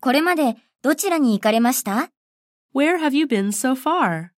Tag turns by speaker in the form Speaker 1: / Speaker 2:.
Speaker 1: これまでどちらに行かれました
Speaker 2: Where have you been so far?